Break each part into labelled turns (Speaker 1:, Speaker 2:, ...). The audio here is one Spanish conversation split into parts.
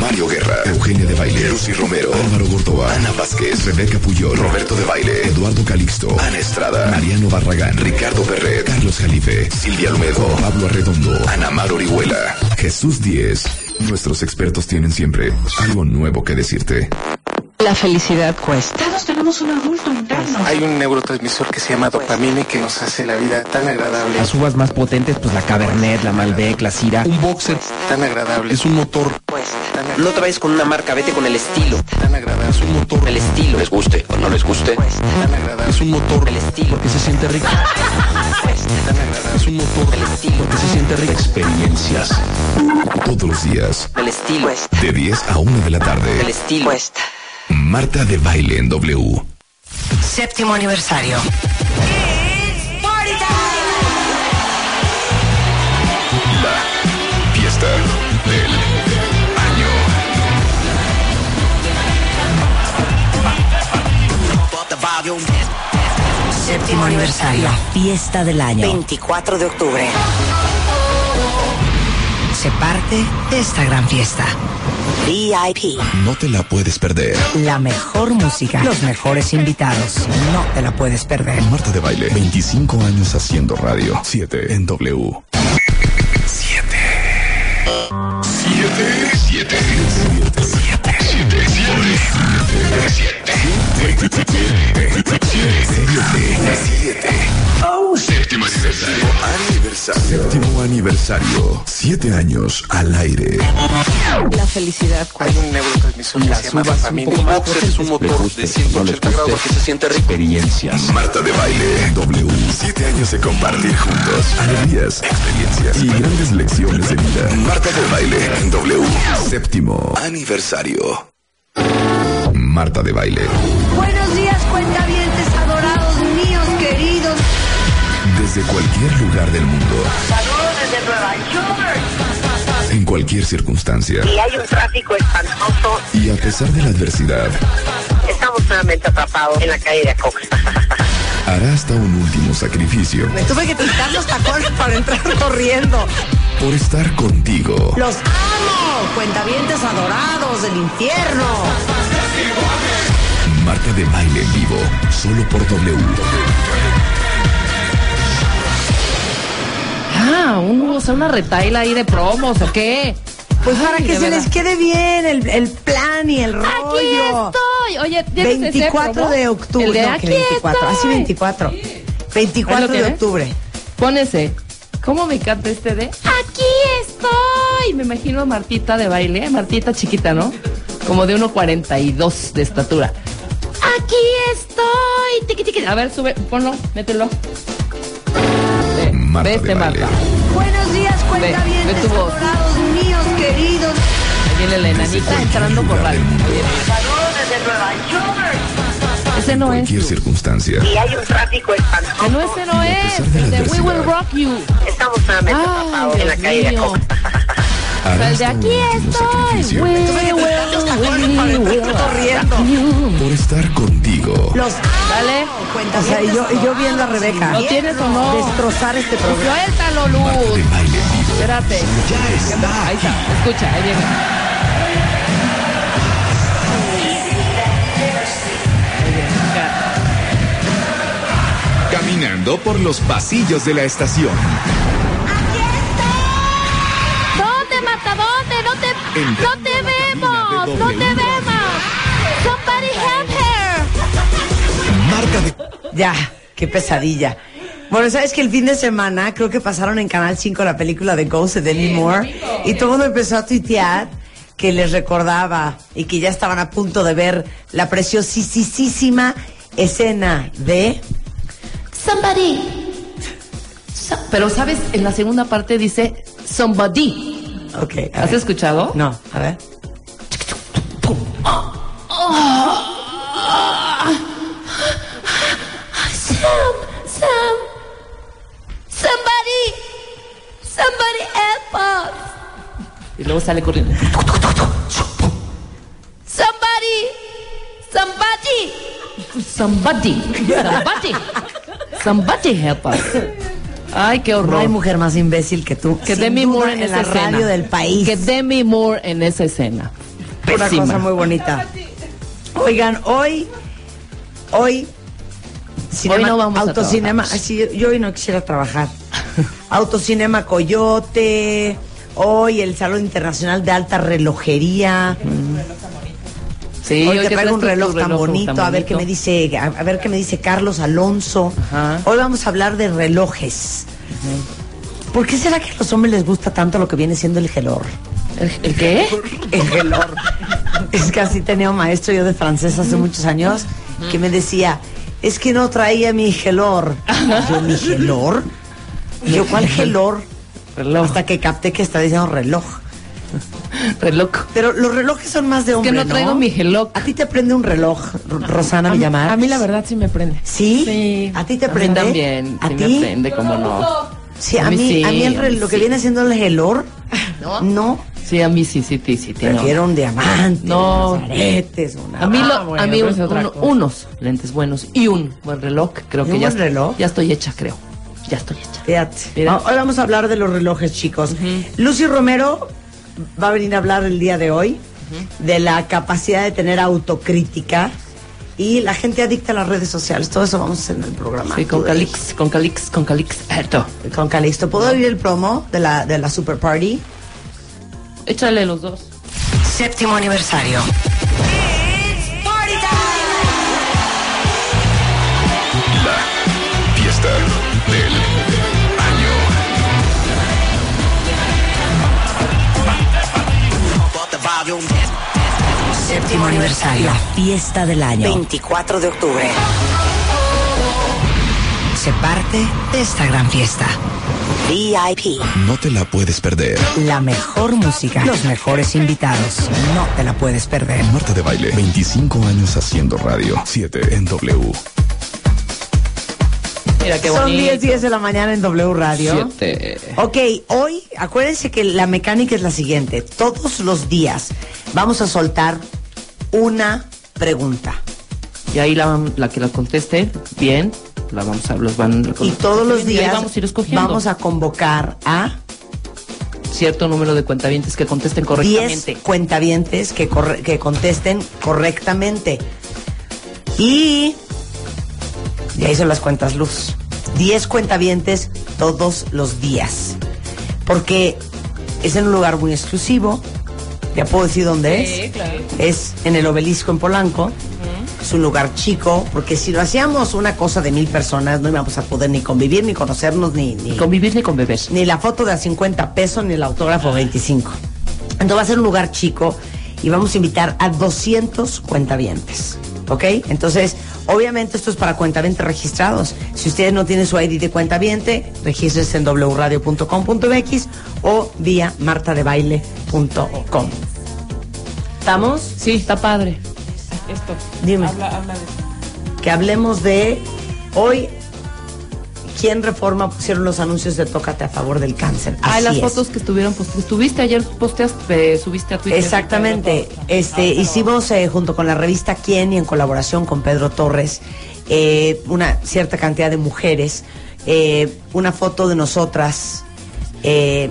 Speaker 1: Mario Guerra, Eugenia de Baile, Lucy Romero, Álvaro Gordoba, Ana Vázquez, Rebeca Puyol, Roberto de Baile, Eduardo Calixto, Ana Estrada, Mariano Barragán, Ricardo Perret, Carlos Jalife, Silvia Almedo, Pablo Arredondo, Ana Mar Orihuela, Jesús Díez. Nuestros expertos tienen siempre algo nuevo que decirte.
Speaker 2: La felicidad cuesta.
Speaker 3: Todos tenemos un adulto interno.
Speaker 4: Hay un neurotransmisor que se llama
Speaker 2: Pues.
Speaker 4: dopamina y que nos hace la vida tan agradable.
Speaker 5: Las uvas más potentes, pues la Cabernet, la Malbec, la Syrah.
Speaker 4: Un boxer tan agradable.
Speaker 5: Es un motor.
Speaker 2: Cuesta. Pues. No traes con una marca, vete con el estilo.
Speaker 4: Tan agradable.
Speaker 2: Es un motor. El estilo.
Speaker 6: Les guste o no les guste.
Speaker 2: Cuesta.
Speaker 4: Tan agradable.
Speaker 5: Es un motor.
Speaker 2: El estilo.
Speaker 5: Porque se siente rico.
Speaker 2: Cuesta.
Speaker 4: Tan agradable.
Speaker 5: Es un motor.
Speaker 2: El estilo.
Speaker 5: Porque se siente rico.
Speaker 1: Experiencias. Todos los días,
Speaker 2: El estilo. Cuesta.
Speaker 1: de 10 a 1 de la
Speaker 2: El
Speaker 1: tarde.
Speaker 2: estilo.
Speaker 5: Pues,
Speaker 2: Cuesta.
Speaker 1: Marta de Baile en W.
Speaker 7: Séptimo aniversario.
Speaker 1: La fiesta del año.
Speaker 7: Séptimo aniversario.
Speaker 2: La fiesta del año.
Speaker 7: 24 de octubre. Se parte de esta gran fiesta. VIP.
Speaker 1: No te la puedes perder.
Speaker 7: La mejor música. Los mejores invitados. No te la puedes perder.
Speaker 1: Marta de Baile, 25 años haciendo radio. 7 en W. 7. 7. 7. 7. 7. 7. 7. 7. 7. 7. Séptimo aniversario. Aniversario. Séptimo aniversario. 7 años al aire.
Speaker 2: La felicidad
Speaker 4: Hay un neurotransmisor que se llama dopamina. Un
Speaker 5: pues,
Speaker 4: boxer es un motor de 180 grados porque se siente rico.
Speaker 1: Experiencias. Marta de Baile. W. Siete años de compartir juntos. Alegrías, experiencias y grandes lecciones de vida. Marta de Baile. En W. Séptimo aniversario. Marta de Baile.
Speaker 8: Buenos días, cuentavientes adorados míos, queridos.
Speaker 1: Desde cualquier lugar del mundo.
Speaker 8: Saludos desde Nueva York.
Speaker 1: En cualquier circunstancia.
Speaker 8: Y hay un tráfico espantoso.
Speaker 1: Y a pesar de la adversidad,
Speaker 8: Estamos nuevamente atrapados en la calle de Cox.
Speaker 1: hará hasta un último sacrificio
Speaker 7: Me tuve que quitar los tacones para entrar corriendo.
Speaker 1: por estar contigo.
Speaker 7: Los amo, cuentavientes adorados del infierno.
Speaker 1: Marta de Baile en vivo. Solo por W.
Speaker 9: Ah, un, o sea, una retaila ahí de promos o qué.
Speaker 7: Pues para
Speaker 9: Ay,
Speaker 7: que
Speaker 9: de
Speaker 7: se
Speaker 9: verdad.
Speaker 7: les quede bien el, el plan y el
Speaker 9: Aquí
Speaker 7: rollo.
Speaker 9: estoy. Oye, ¿tienes ese
Speaker 7: 24
Speaker 9: promo?
Speaker 7: de octubre.
Speaker 9: El de
Speaker 7: no,
Speaker 9: aquí
Speaker 7: que Ah, 24. Así
Speaker 9: estoy. Ah,
Speaker 7: 24. 24 de
Speaker 9: tienes?
Speaker 7: octubre.
Speaker 9: Pon ese. ¿Cómo me encanta este de? Aquí estoy. Me imagino a Martita de baile, ¿eh? Martita chiquita, ¿no? Como de 1.42 de estatura. Aquí estoy. Tiqui, tiqui. A ver, sube, ponlo, mételo. Ve,
Speaker 1: Marta
Speaker 9: ve este
Speaker 1: de Baile.
Speaker 9: Marta.
Speaker 8: Buenos días,
Speaker 9: Ve, ve
Speaker 8: cuentavientes
Speaker 9: tu voz.
Speaker 8: adorados míos, queridos.
Speaker 9: Ahí viene la enanita entrando por la.
Speaker 8: Saludos desde Nueva York.
Speaker 9: Ese no es.
Speaker 1: Cualquier circunstancia.
Speaker 8: Y hay un tráfico espantoso.
Speaker 9: Ah, No, ese no es. El de We Will Rock You.
Speaker 8: Estamos nuevamente atrapados en la calle
Speaker 9: Ay,
Speaker 8: de
Speaker 9: Dios
Speaker 8: Cox.
Speaker 9: mío.
Speaker 1: Hará
Speaker 9: El de
Speaker 1: hasta
Speaker 9: aquí
Speaker 1: un último
Speaker 9: estoy.
Speaker 1: sacrificio
Speaker 9: We
Speaker 7: Tuve que
Speaker 9: will,
Speaker 7: quitar los tacones para
Speaker 9: we
Speaker 7: entrar
Speaker 9: will.
Speaker 7: corriendo.
Speaker 1: por estar contigo.
Speaker 7: Los
Speaker 9: Dale.
Speaker 7: O sea, y yo, y yo viendo a Rebeca.
Speaker 9: ¿Lo tienes o no?
Speaker 7: Destrozar este programa.
Speaker 9: Suéltalo,
Speaker 1: Marta de
Speaker 9: Luz.
Speaker 1: baile en vivo.
Speaker 9: Espérate.
Speaker 1: Ya está
Speaker 9: Ahí está. Escucha, ahí viene. Ahí viene, acá.
Speaker 1: caminando por los pasillos de la estación.
Speaker 9: ¿Dónde, Marta? ¿Dónde? No te,
Speaker 1: Entra.
Speaker 9: no te vemos. No te vemos. Somebody help her.
Speaker 1: Marta de
Speaker 7: Ya, qué pesadilla. Bueno, sabes que el fin de semana creo que pasaron en Canal 5 la película de Ghost de Demi Moore y todo el mundo empezó a tuitear que les recordaba y que ya estaban a punto de ver la preciosísima escena de
Speaker 9: Somebody. So- pero sabes, en la segunda parte dice somebody.
Speaker 7: Ok.
Speaker 9: ¿Has escuchado?
Speaker 7: No, a ver.
Speaker 8: Sam, Sam, somebody, somebody help us.
Speaker 9: Y luego sale corriendo.
Speaker 8: Somebody, somebody.
Speaker 9: Somebody. Somebody. Somebody help us. Ay, qué horror.
Speaker 7: No hay mujer más imbécil que tú.
Speaker 9: Que
Speaker 7: Sin
Speaker 9: Demi
Speaker 7: duda,
Speaker 9: Moore en,
Speaker 7: la
Speaker 9: esa escena.
Speaker 7: radio del país.
Speaker 9: Que Demi Moore en esa escena.
Speaker 7: Una
Speaker 9: Pésima.
Speaker 7: cosa muy bonita. Oigan, hoy, hoy, cinema-
Speaker 9: no vamos a
Speaker 7: autocinema,
Speaker 9: trabajar.
Speaker 7: así, yo hoy no quisiera trabajar. autocinema Coyote, hoy el Salón Internacional de Alta Relojería.
Speaker 9: Sí,
Speaker 7: hoy
Speaker 9: hoy
Speaker 7: te
Speaker 9: que
Speaker 7: traigo un
Speaker 9: traes tu
Speaker 7: reloj, tan,
Speaker 9: reloj tan
Speaker 7: bonito, a ver
Speaker 9: bonito.
Speaker 7: qué me dice, a, a ver qué me dice Carlos Alonso. Hoy vamos a hablar de relojes. ¿Por qué será que a los hombres les gusta tanto lo que viene siendo el gelor?
Speaker 9: ¿El, qué?
Speaker 7: El gelor. es que así tenía un maestro yo de francés hace muchos años que me decía, es que no traía mi gelor. Yo, ¿mi gelor? Y yo, ¿cuál gelor? Hasta que capté que está diciendo reloj.
Speaker 9: Reloj.
Speaker 7: Pero los relojes son más de
Speaker 9: que
Speaker 7: hombre,
Speaker 9: no traigo mi
Speaker 7: reloj. ¿A ti te prende un reloj, R- Rosana Villamar?
Speaker 2: A mí la verdad sí me prende.
Speaker 7: ¿Sí? ¿A ti te
Speaker 9: A mí
Speaker 7: prende?
Speaker 9: también,
Speaker 7: ¿A
Speaker 9: sí me
Speaker 7: ti?
Speaker 9: prende, cómo no.
Speaker 7: Sí, a
Speaker 9: A
Speaker 7: mí,
Speaker 9: mí sí,
Speaker 7: a mí el
Speaker 9: a
Speaker 7: re-
Speaker 9: mí
Speaker 7: lo que
Speaker 9: sí.
Speaker 7: viene siendo el gelor,
Speaker 9: ¿No?
Speaker 7: no.
Speaker 9: Sí, a mí sí, sí, sí, sí. tiene-
Speaker 7: Prefiero un diamante,
Speaker 9: No.
Speaker 7: unos aretes, una...
Speaker 9: A mí, lo-
Speaker 7: Ah, bueno,
Speaker 9: a mí
Speaker 7: pero
Speaker 9: un-
Speaker 7: es otra
Speaker 9: uno-
Speaker 7: cosa.
Speaker 9: unos lentes buenos y un buen reloj, creo
Speaker 7: ¿Y
Speaker 9: que
Speaker 7: un
Speaker 9: ya,
Speaker 7: buen reloj?
Speaker 9: ya estoy hecha, creo. Ya estoy hecha.
Speaker 7: Fíjate.
Speaker 9: Mira.
Speaker 7: Ah, Hoy vamos a hablar de los relojes, chicos. Lucy Romero va a venir a hablar el día de hoy de la capacidad de tener autocrítica y la gente adicta a las redes sociales. Todo eso vamos a hacer en el programa.
Speaker 9: Sí, con
Speaker 7: Today.
Speaker 9: Calix, con Calix, con Calix. Esto.
Speaker 7: Con Calixto. ¿Puedo abrir el promo de la, de la Super Party?
Speaker 9: Échale los dos.
Speaker 7: Séptimo aniversario.
Speaker 1: La fiesta del año.
Speaker 7: Séptimo aniversario.
Speaker 2: La fiesta del año.
Speaker 7: 24 de octubre.
Speaker 2: Se parte de esta gran fiesta.
Speaker 7: VIP.
Speaker 1: No te la puedes perder.
Speaker 10: La mejor música, los mejores invitados. No te la puedes perder.
Speaker 1: Marta de Baile, 25 años haciendo radio. 7 en W.
Speaker 9: Mira qué
Speaker 7: Son
Speaker 9: bonito.
Speaker 7: 10, 10 de la mañana en W Radio.
Speaker 9: Siete.
Speaker 7: Ok, hoy acuérdense que la mecánica es la siguiente. Todos los días vamos a soltar una pregunta.
Speaker 9: Y ahí la, la que la conteste, bien, la vamos a, los van a
Speaker 7: Y todos los
Speaker 9: Y ahí
Speaker 7: días
Speaker 9: vamos a ir escogiendo.
Speaker 7: vamos a convocar a
Speaker 9: Cierto número de cuentavientes que contesten
Speaker 7: 10
Speaker 9: correctamente.
Speaker 7: cuentavientes que, corre- que contesten correctamente. Y... Ya hizo las cuentas luz. 10 cuentavientes todos los días. Porque es en un lugar muy exclusivo. Ya puedo decir dónde es. es en el obelisco en Polanco. Es un lugar chico, porque si lo hacíamos una cosa de mil personas, no íbamos a poder ni convivir, ni conocernos, ni, ni,
Speaker 9: Convivir ni con bebés.
Speaker 7: ni la foto de a 50 pesos, ni el
Speaker 11: Ah.
Speaker 7: autógrafo 25. Entonces va a ser un lugar chico y vamos a invitar a 200 cuentavientes. ¿Ok? Entonces, obviamente esto es para cuentavientes registrados. Si ustedes no tienen su ID de cuentaviente, regístrese en wradio.com.mx o vía martadebaile.com. ¿Estamos?
Speaker 9: Sí, está padre.
Speaker 11: Esto.
Speaker 7: Dime.
Speaker 11: Habla, habla de
Speaker 7: que hablemos de hoy quién reforma pusieron los anuncios de Tócate a favor del cáncer.
Speaker 9: Ah,
Speaker 7: Así
Speaker 9: las
Speaker 7: es.
Speaker 9: fotos que estuvieron, pues estuviste ayer, posteaste, eh, subiste a Twitter.
Speaker 7: Exactamente. Este hicimos eh, junto con la revista Quién y en colaboración con Pedro Torres eh, una cierta cantidad de mujeres eh, una foto de nosotras eh,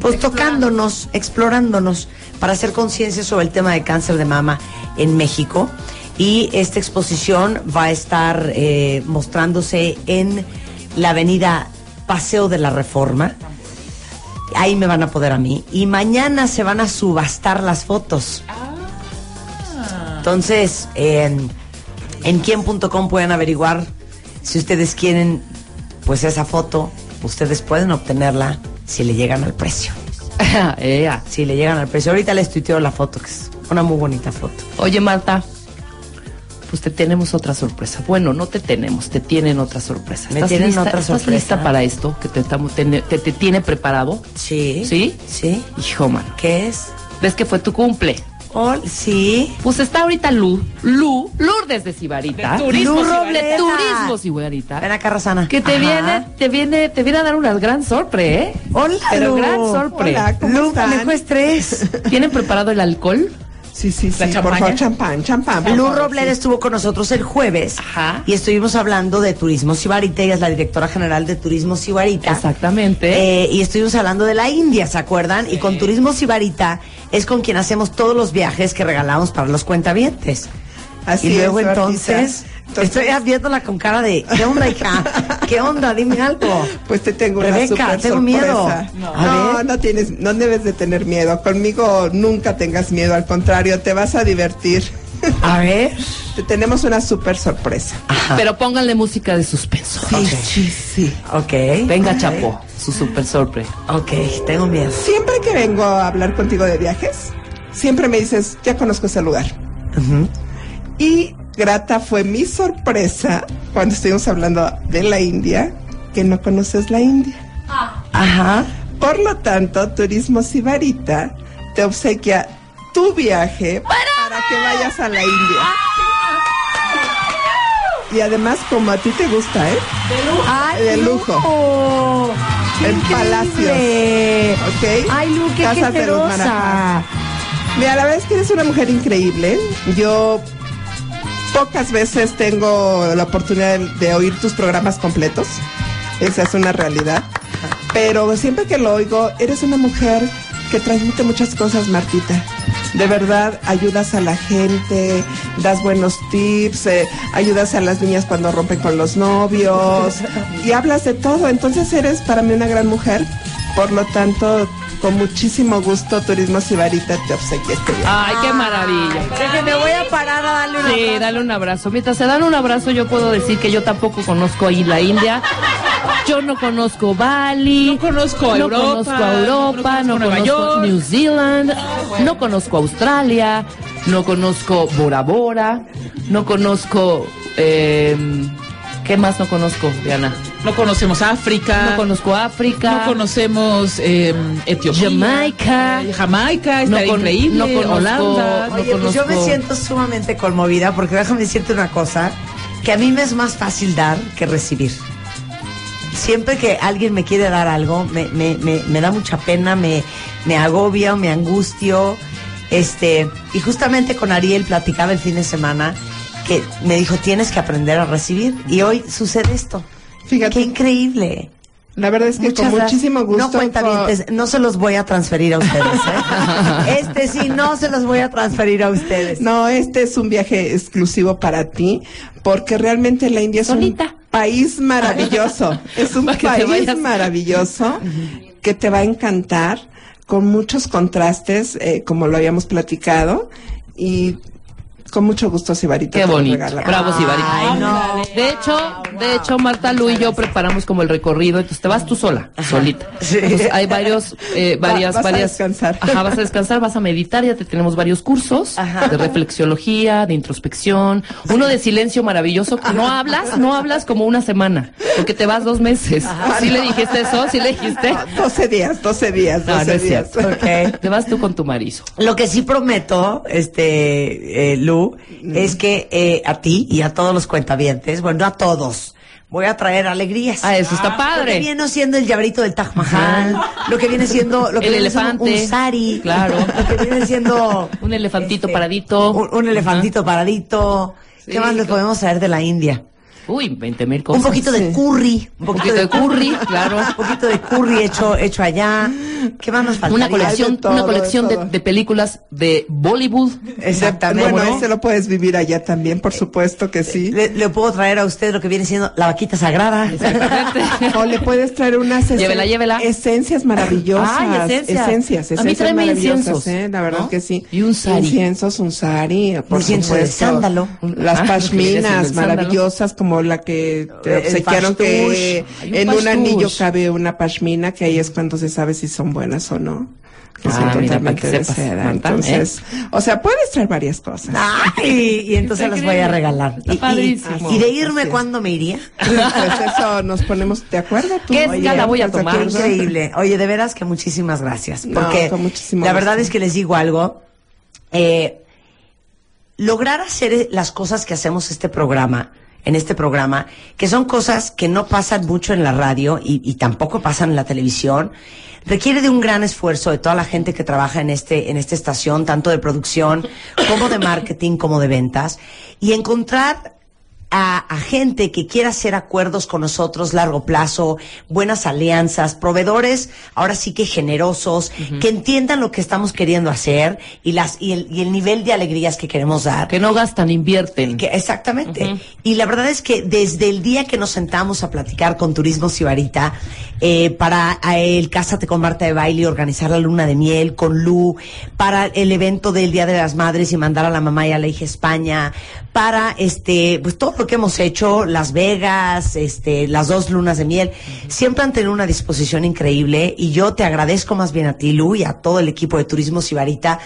Speaker 7: pues tocándonos, explorándonos para hacer conciencia sobre el tema de cáncer de mama en México. Y esta exposición va a estar eh, mostrándose en la avenida Paseo de la Reforma. Ahí me van a poder a mí. Y mañana se van a subastar las fotos.
Speaker 9: Ah.
Speaker 7: Entonces, en, en quien.com pueden averiguar Si ustedes quieren, pues esa foto, ustedes pueden obtenerla si le llegan al precio. si le llegan al precio. Ahorita les tuiteo la foto, que es una muy bonita foto.
Speaker 9: Oye, Marta, pues te tenemos otra sorpresa. Bueno, no te tenemos, te tienen otra sorpresa.
Speaker 7: Me
Speaker 9: ¿Estás
Speaker 7: tienen
Speaker 9: lista-
Speaker 7: otra
Speaker 9: ¿Estás
Speaker 7: sorpresa.
Speaker 9: lista para esto que te, estamos, tene- te, te tiene preparado?
Speaker 7: Sí.
Speaker 9: ¿Sí?
Speaker 7: Sí.
Speaker 9: Hijo, mano.
Speaker 7: ¿Qué es?
Speaker 9: ¿Ves que fue tu cumple?
Speaker 7: sí.
Speaker 9: Pues está ahorita Lu, Lu, Lourdes de Sibarita.
Speaker 7: De Turismo Lu Sibarita.
Speaker 9: De Turismo Sibarita.
Speaker 7: Ven acá, Rosana.
Speaker 9: Que te
Speaker 7: Ajá.
Speaker 9: viene, te viene, te viene a dar una gran sorpresa, ¿eh?
Speaker 7: Hola, Lu.
Speaker 9: Pero gran sorpresa.
Speaker 7: Hola, ¿cómo Lu, están? Conejo Estrés.
Speaker 9: ¿Tienen preparado el alcohol?
Speaker 12: Sí, sí, sí.
Speaker 9: La
Speaker 12: Por
Speaker 9: champaña.
Speaker 12: favor, champán, champán. por
Speaker 7: Lu
Speaker 12: favor,
Speaker 7: Robler
Speaker 12: sí.
Speaker 7: estuvo con nosotros el jueves y estuvimos hablando de Turismo Sibarita, ella es la directora general de Turismo Sibarita.
Speaker 9: Exactamente.
Speaker 7: Eh, y estuvimos hablando de la India, ¿se acuerdan? Y con Turismo Sibarita es con quien hacemos todos los viajes que regalamos para los cuentavientes.
Speaker 12: Así
Speaker 7: y luego
Speaker 12: es,
Speaker 7: entonces,
Speaker 12: Martita. Entonces-
Speaker 7: estoy viéndola con cara de ¿qué onda hija? ¿Qué onda? Dime algo.
Speaker 12: Pues te tengo una
Speaker 7: Rebeca,
Speaker 12: super
Speaker 7: tengo
Speaker 12: sorpresa.
Speaker 7: miedo.
Speaker 12: No,
Speaker 7: A
Speaker 12: no,
Speaker 7: ver.
Speaker 12: tienes, no debes de tener miedo. Conmigo nunca tengas miedo, al contrario, te vas a divertir. Pues-
Speaker 7: A ver.
Speaker 12: Te tenemos una super sorpresa.
Speaker 9: Pero pónganle música de suspenso.
Speaker 12: Sí, sí, sí.
Speaker 7: Ok.
Speaker 9: Venga,
Speaker 12: Ok.
Speaker 9: Chapo, su super sorpresa.
Speaker 7: Ok, tengo miedo.
Speaker 12: Siempre que vengo a hablar contigo de viajes, siempre me dices, ya conozco ese lugar.
Speaker 7: Ujú.
Speaker 12: Y grata fue mi sorpresa cuando estuvimos hablando de la India, que no conoces la India.
Speaker 7: Ajá.
Speaker 12: Por lo tanto, Turismo Sibarita te obsequia tu viaje para que vayas a la India. Y además, como a ti te gusta, ¿eh?
Speaker 7: Ay,
Speaker 12: De lujo.
Speaker 7: ¡Qué
Speaker 12: En
Speaker 7: increíble!
Speaker 12: palacios. ¿Ok?
Speaker 7: Ay, Lu, qué
Speaker 12: Casas de los
Speaker 7: generosa.
Speaker 12: Manajas. Mira, la verdad es que eres una mujer increíble. Yo pocas veces tengo la oportunidad de, de oír tus programas completos. Esa es una realidad. Pero siempre que lo oigo, eres una mujer que transmite muchas cosas, Martita. De verdad, ayudas a la gente, das buenos tips, eh, ayudas a las niñas cuando rompen con los novios y hablas de todo. Entonces eres para mí una gran mujer. Por lo tanto, con muchísimo gusto, Turismo Sibarita te obsequia este viaje.
Speaker 9: Ay, qué maravilla.
Speaker 7: Que me voy a parar a darle una.
Speaker 9: Sí, dale un abrazo. Mientras se dan un abrazo, yo puedo decir que yo tampoco conozco ahí la India. Yo no conozco Bali. No conozco
Speaker 11: a Europa,
Speaker 9: conozco a Europa, no
Speaker 11: no conozco Nueva
Speaker 9: conozco,
Speaker 11: York. Ah,
Speaker 9: New Zealand, no conozco Australia, no conozco Bora Bora, no conozco... eh, ¿Qué más no conozco, Diana?
Speaker 11: No conocemos África.
Speaker 9: No conozco África.
Speaker 11: Ah, No conocemos eh, Etiopía.
Speaker 9: Jamaica.
Speaker 11: Eh, Jamaica, está
Speaker 9: No con-
Speaker 11: increíble.
Speaker 9: no conozco-
Speaker 11: Holanda.
Speaker 9: no
Speaker 7: Oye, pues yo me
Speaker 9: conozco-
Speaker 7: siento sumamente conmovida porque déjame decirte una cosa, que a mí me es más fácil dar que recibir. Siempre que alguien me quiere dar algo, me, me- me- me da mucha pena, me, me agobia, me angustio. Este, y justamente con Ariel platicaba el fin de semana que me dijo, tienes que aprender a recibir. Y hoy sucede esto.
Speaker 12: Fíjate.
Speaker 7: Qué increíble.
Speaker 12: La verdad es que
Speaker 7: Muchas
Speaker 12: con
Speaker 7: gracias.
Speaker 12: muchísimo gusto.
Speaker 7: No cuenta este
Speaker 12: con-
Speaker 7: no se los voy a transferir a ustedes. ¿eh? este sí, no se los voy a transferir a ustedes.
Speaker 12: No, este es un viaje exclusivo para ti, porque realmente la India es
Speaker 9: Solita.
Speaker 12: un país maravilloso. es un
Speaker 9: Para que te
Speaker 12: país
Speaker 9: vayas.
Speaker 12: maravilloso que te va a encantar, con muchos contrastes, eh, como lo habíamos platicado, y con mucho gusto, Sibarita.
Speaker 9: Qué
Speaker 12: te lo
Speaker 9: bonito.
Speaker 12: regala.
Speaker 9: Bravo, Sibarita.
Speaker 7: Ay, no.
Speaker 9: De hecho, de hecho, Marta, Lu y yo preparamos como el recorrido, entonces te vas tú sola, solita.
Speaker 7: Sí.
Speaker 9: Entonces, hay varios, eh,
Speaker 12: Va-
Speaker 9: varias,
Speaker 12: vas a
Speaker 9: varias.
Speaker 12: descansar.
Speaker 9: Ajá, vas a descansar, vas a meditar, ya te tenemos varios cursos
Speaker 7: Ajá.
Speaker 9: de reflexiología, de introspección, uno de silencio maravilloso, que no hablas, no hablas como una semana, porque te vas dos meses. ¿Sí le dijiste eso? ¿Sí le dijiste?
Speaker 12: No, 12 Ah, días, 12 días, 12
Speaker 9: No, no es
Speaker 12: días.
Speaker 9: cierto.
Speaker 7: Ok.
Speaker 9: Te vas tú con tu marizo.
Speaker 7: Lo que sí prometo, este, eh, Lu,
Speaker 12: Mm.
Speaker 7: es que eh, a ti y a todos los cuentavientes, bueno, a todos, voy a traer alegrías.
Speaker 9: Ah, eso está
Speaker 7: Lo que
Speaker 9: padre.
Speaker 7: viene siendo el llaverito del Taj Mahal, lo que viene siendo lo que
Speaker 9: El
Speaker 7: viene siendo
Speaker 9: elefante.
Speaker 7: un sari,
Speaker 9: Claro.
Speaker 7: lo que viene siendo
Speaker 9: Un elefantito
Speaker 7: este,
Speaker 9: paradito.
Speaker 7: un, un elefantito paradito. ¿Qué
Speaker 9: Sí,
Speaker 7: más les
Speaker 9: claro.
Speaker 7: podemos traer de la India?
Speaker 9: Uy, 20 mil cosas.
Speaker 7: un poquito de curry, un poquito,
Speaker 9: poquito de curry, claro.
Speaker 7: un poquito de curry hecho hecho allá. ¿Qué más nos falta?
Speaker 9: Una colección,
Speaker 12: todo,
Speaker 9: una colección
Speaker 12: de
Speaker 9: de,
Speaker 12: todo.
Speaker 9: de películas de Bollywood.
Speaker 7: Exactamente.
Speaker 12: Bueno, ese lo puedes vivir allá también, por supuesto que sí.
Speaker 7: Le, le puedo traer a usted lo que viene siendo la vaquita sagrada.
Speaker 9: Exactamente.
Speaker 12: O le puedes traer unas esen-
Speaker 9: Llévela, llévela.
Speaker 12: esencias maravillosas.
Speaker 7: Ay, esencias.
Speaker 12: Esencias,
Speaker 9: A mí
Speaker 12: esencias
Speaker 9: tráeme
Speaker 12: maravillosas,
Speaker 9: inciensos,
Speaker 12: ¿eh? La verdad
Speaker 9: ¿no?
Speaker 12: que sí.
Speaker 9: Y un sari.
Speaker 12: Inciensos, un sari, por
Speaker 7: Incienso de
Speaker 12: supuesto.
Speaker 7: sándalo.
Speaker 12: Las
Speaker 9: Ah, lo que viene siendo el
Speaker 12: pashminas
Speaker 9: sándalo.
Speaker 12: maravillosas, como como la que te
Speaker 7: El
Speaker 12: obsequiaron que
Speaker 7: pastush. Hay un
Speaker 12: en un
Speaker 7: pastush.
Speaker 12: anillo cabe una pashmina, que ahí es cuando se sabe si son buenas o no. Que
Speaker 7: Ah,
Speaker 12: son
Speaker 7: mira, para
Speaker 12: totalmente
Speaker 7: que
Speaker 12: de
Speaker 7: sepas,
Speaker 12: seda.
Speaker 7: Marta, ¿eh? Ah.
Speaker 12: Entonces, o sea, puedes traer varias cosas.
Speaker 7: Ay, y entonces las voy a regalar. Y- y-
Speaker 12: padrísimo.
Speaker 7: Y, de irme,
Speaker 12: Así es.
Speaker 7: ¿cuándo me iría?
Speaker 12: Pues eso nos ponemos de acuerdo. tú.
Speaker 7: Oye,
Speaker 12: Oye,
Speaker 7: pues,
Speaker 12: ¿estás de
Speaker 7: qué
Speaker 12: acuerdo?
Speaker 7: Increíble. Oye, de veras que muchísimas gracias.
Speaker 12: No,
Speaker 7: Porque
Speaker 12: con muchísimo
Speaker 7: la verdad
Speaker 12: gusto.
Speaker 7: es que les digo algo. eh, lograr hacer e, las cosas que hacemos este programa, en este programa, que son cosas que no pasan mucho en la radio y, y tampoco pasan en la televisión, requiere de un gran esfuerzo de toda la gente que trabaja en este, en esta estación, tanto de producción como de marketing, como de ventas, y encontrar a, a gente que quiera hacer acuerdos con nosotros largo plazo, buenas alianzas, proveedores ahora sí que generosos, que entiendan lo que estamos queriendo hacer y las y el, y el nivel de alegrías que queremos dar. Que
Speaker 9: no gastan, invierten.
Speaker 7: exactamente. Y la verdad es que desde el día que nos sentamos a platicar con Turismo Sibarita eh, para eh, el Cásate con Marta de Baile y organizar la luna de miel con Lu, para el evento del Día de las Madres y mandar a la mamá y a la hija a España, para este, pues todo lo que hemos hecho, Las Vegas, este, las dos lunas de miel, siempre han tenido una disposición increíble y yo te agradezco más bien a ti, Lu, y a todo el equipo de Turismo Sibarita,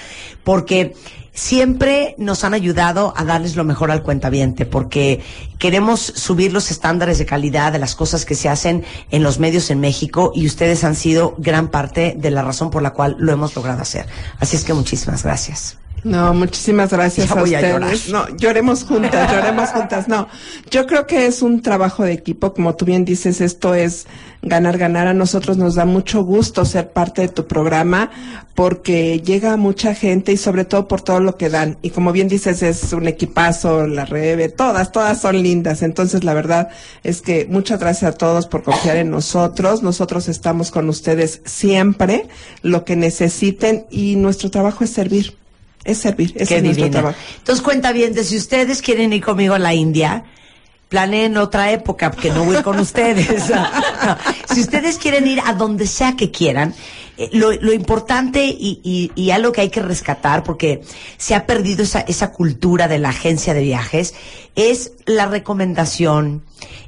Speaker 7: porque siempre nos han ayudado a darles lo mejor al cuentaviente, porque queremos subir los estándares de calidad de las cosas que se hacen en los medios en México y ustedes han sido gran parte de la razón por la cual lo hemos logrado hacer. Así es que muchísimas gracias.
Speaker 12: No, muchísimas gracias
Speaker 7: Ya
Speaker 12: a
Speaker 7: voy a
Speaker 12: ustedes.
Speaker 7: llorar.
Speaker 12: no, lloremos juntas, lloremos juntas. No, yo creo que es un trabajo de equipo, como tú bien dices, esto es ganar, ganar. A nosotros nos da mucho gusto ser parte de tu programa porque llega a mucha gente y sobre todo por todo lo que dan. Y como bien dices, es un equipazo, la Rebe, todas, todas son lindas. Entonces, la verdad es que muchas gracias a todos por confiar en nosotros. Nosotros estamos con ustedes siempre, lo que necesiten y nuestro trabajo es servir. Es servir, ese
Speaker 7: Qué
Speaker 12: es nuestro
Speaker 7: divina.
Speaker 12: trabajo.
Speaker 7: Entonces cuenta bien, de si ustedes quieren ir conmigo a la India, planeen otra época, porque no voy con ustedes. si ustedes quieren ir a donde sea que quieran, eh, lo, lo importante y, y- y algo que hay que rescatar, porque se ha perdido esa, esa cultura de la agencia de viajes, es la recomendación,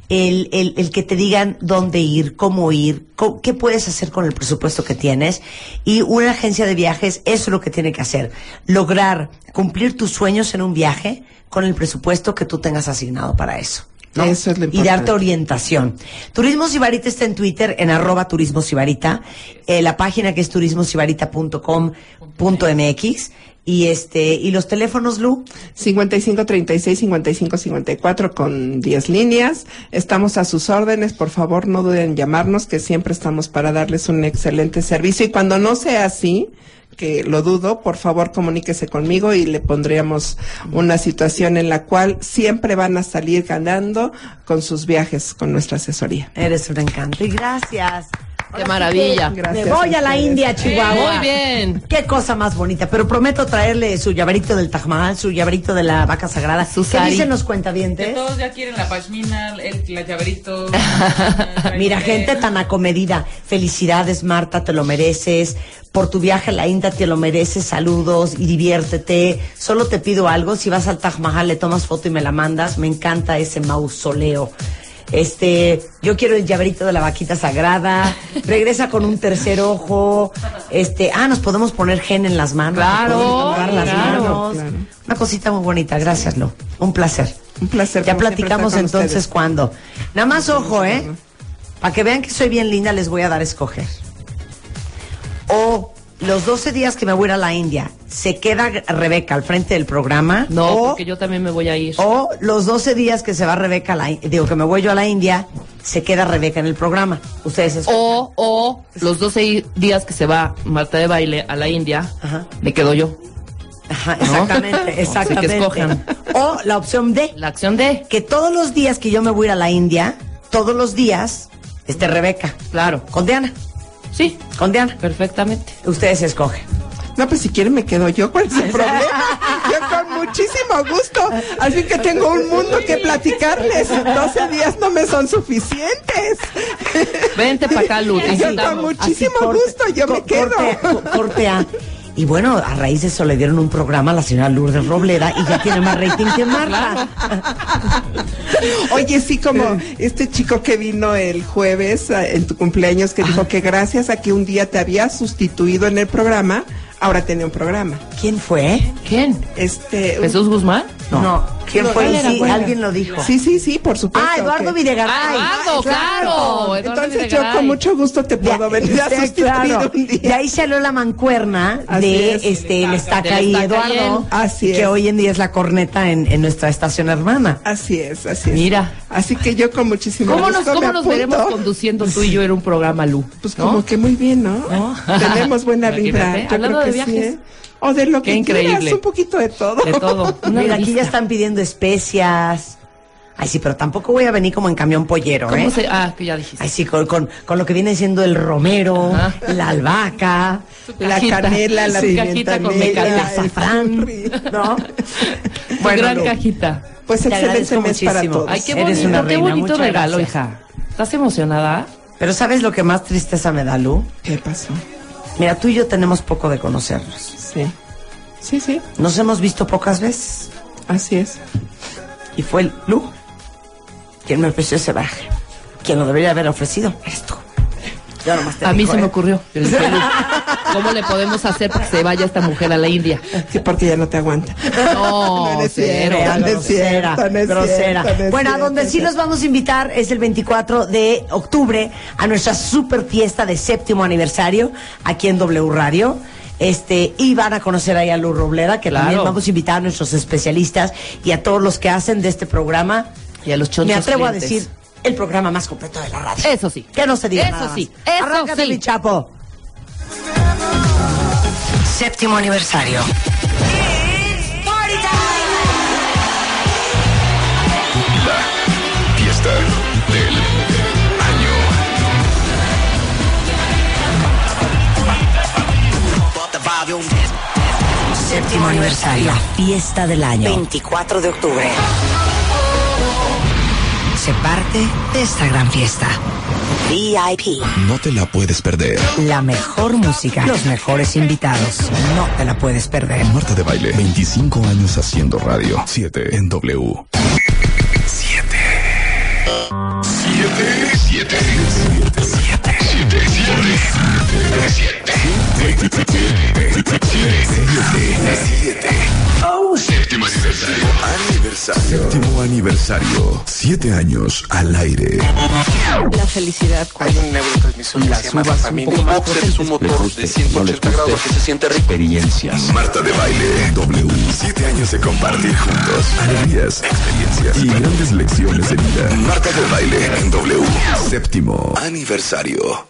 Speaker 7: el, el- el que te digan dónde ir, cómo ir, co- qué puedes hacer con el presupuesto que tienes. Y una agencia de viajes, eso es lo que tiene que hacer. Lograr cumplir tus sueños en un viaje con el presupuesto que tú tengas asignado para eso. ¿no?
Speaker 12: Eso es lo
Speaker 7: y darte
Speaker 12: importante.
Speaker 7: orientación. Turismo Sibarita está en Twitter, en arroba Turismo Sibarita, eh, la página que es turismosibarita.com.mx y este y los teléfonos, Lu.
Speaker 12: 55 36 55 54 con 10 líneas. Estamos a sus órdenes, por favor, no duden en llamarnos que siempre estamos para darles un excelente servicio y cuando no sea así, que lo dudo, por favor, comuníquese conmigo y le pondríamos una situación en la cual siempre van a salir ganando con sus viajes, con nuestra asesoría.
Speaker 7: Eres un encanto. Y gracias.
Speaker 9: Qué maravilla.
Speaker 7: Me voy a la India, Chihuahua.
Speaker 9: Ah, Muy bien.
Speaker 7: Qué cosa más bonita. Pero prometo traerle su llaverito del Taj Mahal, su llaverito de la vaca sagrada. ¿Qué
Speaker 9: sari.
Speaker 7: dicen los cuentavientes?
Speaker 11: Todos ya quieren la pashmina, el, la llaverito.
Speaker 7: Mira, gente tan acomedida. Felicidades, Marta, te lo mereces. Por tu viaje a la India te lo mereces. Saludos y diviértete. Solo te pido algo. Si vas al Taj Mahal, le tomas foto y me la mandas. Me encanta ese mausoleo. Este, yo quiero el llaverito de la vaquita sagrada. Regresa con un tercer ojo. Este, ah, nos podemos poner gen en las manos. nos
Speaker 9: Claro,
Speaker 7: podemos tocar las
Speaker 9: claro,
Speaker 7: manos. Una cosita muy bonita. Gracias, Lo. Un placer.
Speaker 12: Un placer.
Speaker 7: Ya
Speaker 12: como siempre,
Speaker 7: platicamos
Speaker 12: estar con
Speaker 7: entonces
Speaker 12: ustedes.
Speaker 7: cuándo. Nada más ojo, ¿eh? Para que vean que soy bien linda, les voy a dar a escoger. O los 12 días que me voy a ir a la India, se queda Rebeca al frente del programa.
Speaker 9: No,
Speaker 7: O,
Speaker 9: porque yo también me voy a ir.
Speaker 7: o los 12 días que se va Rebeca a la In- digo que me voy yo a la India, se queda Rebeca en el programa. Ustedes escogen.
Speaker 9: O, o los 12 i- días que se va Marta de baile a la India, me quedo yo.
Speaker 7: Ajá, Exactamente, exactamente.
Speaker 9: que escojan.
Speaker 7: O la opción D.
Speaker 9: La acción D.
Speaker 7: Que todos los días que yo me voy a ir a la India, todos los días, esté Rebeca.
Speaker 9: Claro.
Speaker 7: Con Diana.
Speaker 9: Sí.
Speaker 7: Con Diana.
Speaker 9: Perfectamente.
Speaker 7: Ustedes escogen.
Speaker 12: No, pues si quieren me quedo yo, ¿cuál es el problema? Yo con muchísimo gusto. Así que tengo un mundo que platicarles. 12 días no me son suficientes.
Speaker 9: Vente para acá, Lu. te
Speaker 12: Yo con
Speaker 9: invitamos.
Speaker 12: muchísimo
Speaker 7: Así, corte-
Speaker 12: gusto, yo me
Speaker 7: Corte,
Speaker 12: quedo.
Speaker 7: co- corte A. Y bueno, a raíz de eso le dieron un programa a la señora Lourdes Robleda y ya tiene más rating que Marta.
Speaker 12: Oye, sí, como este chico que vino el jueves eh, en tu cumpleaños que dijo que gracias a que un día te había sustituido en el programa, ahora tenía un programa.
Speaker 7: ¿Quién fue?
Speaker 9: ¿Quién?
Speaker 12: Este.
Speaker 9: ¿Jesús Guzmán?
Speaker 12: No.
Speaker 7: ¿Quién
Speaker 12: No,
Speaker 7: fue?
Speaker 12: él era
Speaker 7: Sí,
Speaker 12: bueno.
Speaker 7: alguien lo dijo.
Speaker 12: Sí, sí, sí, por supuesto.
Speaker 7: Ah, Eduardo
Speaker 12: que-
Speaker 7: Videgaray. Ah, Eduardo,
Speaker 9: Oh,
Speaker 7: claro, Eduardo
Speaker 12: Entonces
Speaker 7: Videgaray.
Speaker 12: yo con mucho gusto te puedo venir a
Speaker 7: Sí,
Speaker 12: sustituir
Speaker 7: este, claro.
Speaker 12: un día.
Speaker 7: De ahí salió la mancuerna
Speaker 12: Así
Speaker 7: de
Speaker 12: es.
Speaker 7: este el estaca
Speaker 12: Del
Speaker 7: y
Speaker 12: Estaca y
Speaker 7: Eduardo,
Speaker 12: él. Así
Speaker 7: que
Speaker 12: es.
Speaker 7: hoy en día es la corneta en, en nuestra estación hermana.
Speaker 12: Así es, así es.
Speaker 9: Mira.
Speaker 12: Así que yo con muchísimo
Speaker 9: ¿Cómo
Speaker 12: gusto
Speaker 9: nos, cómo
Speaker 12: me
Speaker 9: nos
Speaker 12: apunto.
Speaker 9: veremos conduciendo tú y yo en un programa, Lu?
Speaker 12: Pues como que muy bien, ¿no? Tenemos buena vibra.
Speaker 9: Imagínate,
Speaker 12: yo
Speaker 9: hablando
Speaker 12: creo
Speaker 9: de
Speaker 12: que sí,
Speaker 9: viajes.
Speaker 12: ¿eh? O de lo
Speaker 9: Qué
Speaker 12: que
Speaker 9: increíble.
Speaker 12: quieras, un poquito de todo.
Speaker 9: De todo. Una
Speaker 7: Mira, aquí ya
Speaker 9: delicia.
Speaker 7: están pidiendo especias. Ay, sí, pero tampoco voy a venir como en camión pollero,
Speaker 9: ¿Cómo
Speaker 7: ¿eh?
Speaker 9: se- Ah, que ya dijiste.
Speaker 7: Ay, sí, con, con- con lo que viene siendo el romero,
Speaker 9: Ajá.
Speaker 7: la albahaca,
Speaker 12: La canela, la
Speaker 9: Su
Speaker 12: pimienta
Speaker 9: cajita con
Speaker 12: negra,
Speaker 7: el
Speaker 9: mecate.
Speaker 7: azafrán, ¿no?
Speaker 9: Tu
Speaker 7: Bueno,
Speaker 9: gran
Speaker 7: Lu,
Speaker 9: cajita.
Speaker 12: Pues
Speaker 7: Te
Speaker 12: excelente
Speaker 7: agradezco
Speaker 12: mes para
Speaker 7: muchísimo.
Speaker 12: todos.
Speaker 9: Ay, qué
Speaker 7: Eres
Speaker 9: bonito,
Speaker 7: una
Speaker 9: qué
Speaker 7: reina,
Speaker 9: bonito
Speaker 7: muchas
Speaker 9: regalo,
Speaker 7: gracias.
Speaker 9: hija. ¿Estás emocionada?
Speaker 7: Pero ¿sabes lo que más tristeza me da, Lu?
Speaker 12: ¿Qué pasó?
Speaker 7: Mira, tú y yo tenemos poco de conocernos.
Speaker 12: Sí. Sí, sí,
Speaker 7: Nos hemos visto pocas veces.
Speaker 12: así es.
Speaker 7: Y fue el Lu quien me ofreció ese baje. Quien lo debería haber ofrecido eres tú. Yo nomás te
Speaker 9: A mí
Speaker 7: digo,
Speaker 9: se me
Speaker 7: ¿eh?
Speaker 9: ocurrió. Yo le dije, "Lu, ¿Cómo le podemos hacer para que se vaya esta mujer a la India?
Speaker 12: Sí, porque ya no te aguanta.
Speaker 9: No,
Speaker 12: No eres
Speaker 9: cero.
Speaker 12: fiera.
Speaker 7: Era
Speaker 12: No es
Speaker 7: grosera,
Speaker 12: cierto, no es
Speaker 7: grosera.
Speaker 12: cierto, no es
Speaker 7: Bueno, a donde
Speaker 12: cierto.
Speaker 7: sí los vamos a invitar es el 24 de octubre a nuestra super fiesta de séptimo aniversario aquí en W Radio. Este, y van a conocer ahí a Luz Robleda, que también
Speaker 9: Claro.
Speaker 7: vamos a invitar a nuestros especialistas y a todos los que hacen de este programa.
Speaker 9: Y a los chonchos
Speaker 7: Me atrevo a
Speaker 9: clientes.
Speaker 7: decir el programa más completo de la radio.
Speaker 9: Eso sí.
Speaker 7: Que no se diga
Speaker 9: Eso
Speaker 7: nada más.
Speaker 9: sí, eso
Speaker 7: Arráncate,
Speaker 9: sí.
Speaker 7: mi chapo. Séptimo aniversario.
Speaker 1: Fiesta del año.
Speaker 7: Séptimo aniversario.
Speaker 2: La fiesta del año
Speaker 7: 24 de octubre.
Speaker 2: se parte de esta gran fiesta.
Speaker 7: VIP.
Speaker 1: No te la puedes perder.
Speaker 2: La mejor música, los mejores invitados. No te la puedes perder.
Speaker 1: Marta de Baile, 25 años haciendo radio. 7 en W. 7. 7. 7. 7. 7. 7. 7. 7. 7. Séptimo aniversario. Aniversario. Séptimo aniversario. Siete años al aire.
Speaker 4: La felicidad. Hay un neurotransmisor que se llama dopamina. Un boxer es un motor de 180 grados que se siente rico.
Speaker 1: Experiencias. Marta de Baile. W. Siete años de compartir juntos. Alegrías, experiencias y grandes lecciones de vida. Marta de Baile en W. Séptimo aniversario.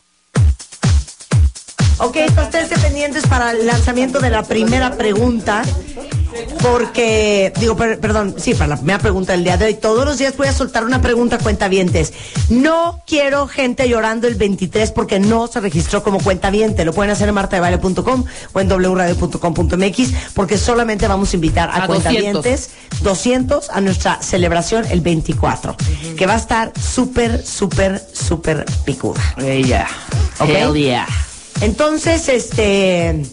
Speaker 7: Ok, esténse pendientes para el lanzamiento de la primera pregunta. Porque, digo, per- perdón, sí, para la primera pregunta del día de hoy. Todos los días voy a soltar una pregunta, cuentavientes. No quiero gente llorando el 23 porque no se registró como cuentaviente. Lo pueden hacer en martadebaile.com o en wradio.com.mx porque solamente vamos a invitar a,
Speaker 9: A
Speaker 7: cuentavientes 200. a nuestra celebración el 24. Que va a estar súper, súper, súper picuda.
Speaker 9: Ella.
Speaker 7: Ok.
Speaker 9: Hell yeah.
Speaker 7: Entonces, este.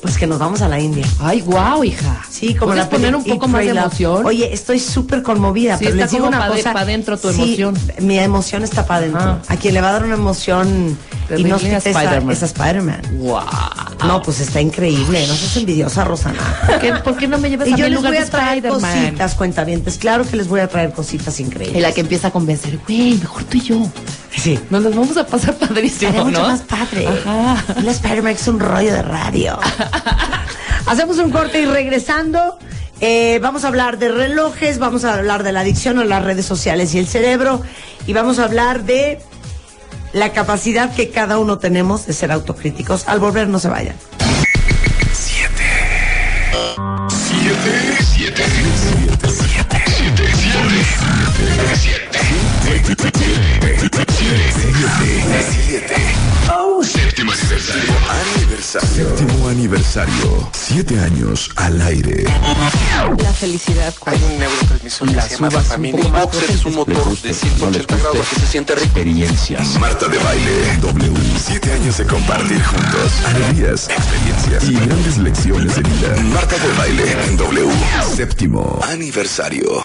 Speaker 7: Pues que nos vamos a la India.
Speaker 9: Ay, wow, hija.
Speaker 7: Sí, como
Speaker 9: ¿Puedes
Speaker 7: la
Speaker 9: poner
Speaker 7: peli-
Speaker 9: un poco
Speaker 7: Eat,
Speaker 9: más
Speaker 7: Pray,
Speaker 9: de
Speaker 7: Love.
Speaker 9: emoción?
Speaker 7: Oye, estoy súper conmovida,
Speaker 9: Sí,
Speaker 7: pero
Speaker 9: está
Speaker 7: les digo
Speaker 9: como
Speaker 7: una
Speaker 9: pa' de-
Speaker 7: cosa.
Speaker 9: pa' dentro tu
Speaker 7: Sí,
Speaker 9: emoción.
Speaker 7: Mi emoción está para adentro.
Speaker 9: Ajá.
Speaker 7: A quien le va a dar una emoción
Speaker 9: Terrible
Speaker 7: inhóspita es a-
Speaker 9: Spider-Man.
Speaker 7: es a Spider-Man.
Speaker 9: Wow.
Speaker 7: No, pues está increíble. No seas envidiosa, Rosana.
Speaker 9: ¿Por qué, por qué no me llevas
Speaker 7: Y
Speaker 9: a mi
Speaker 7: yo les
Speaker 9: lugar
Speaker 7: voy
Speaker 9: de
Speaker 7: a traer
Speaker 9: Spider-Man?
Speaker 7: cositas, cuentavientes. Claro que les voy a traer cositas
Speaker 9: En
Speaker 7: increíbles.
Speaker 9: la que empieza a convencer, güey, mejor tú y yo.
Speaker 7: Sí.
Speaker 9: Nos las vamos a pasar
Speaker 7: Sería
Speaker 9: padrísimo,
Speaker 7: mucho
Speaker 9: ¿no?
Speaker 7: más padre.
Speaker 9: Ajá.
Speaker 7: La Spider-Man es un rollo de radio. Hacemos un corte y regresando. eh, vamos a hablar de relojes, vamos a hablar de la adicción a las redes sociales y el cerebro. Y vamos a hablar de la capacidad que cada uno tenemos de ser autocríticos. Al volver, no se vayan.
Speaker 1: 7. 7. 7. 7. 7. 7. 7. 7. Séptimo aniversario. Aniversario. Séptimo aniversario. Siete años al aire.
Speaker 4: La felicidad. Hay un neurotransmisor que se llama dopamina. Un boxer es un motor de 180 grados que se siente rico.
Speaker 1: Marta de Baile. W. Siete años Ansias de compartir juntos alegrías, experiencias y grandes lecciones de vida. Marta de Baile en W. Séptimo aniversario.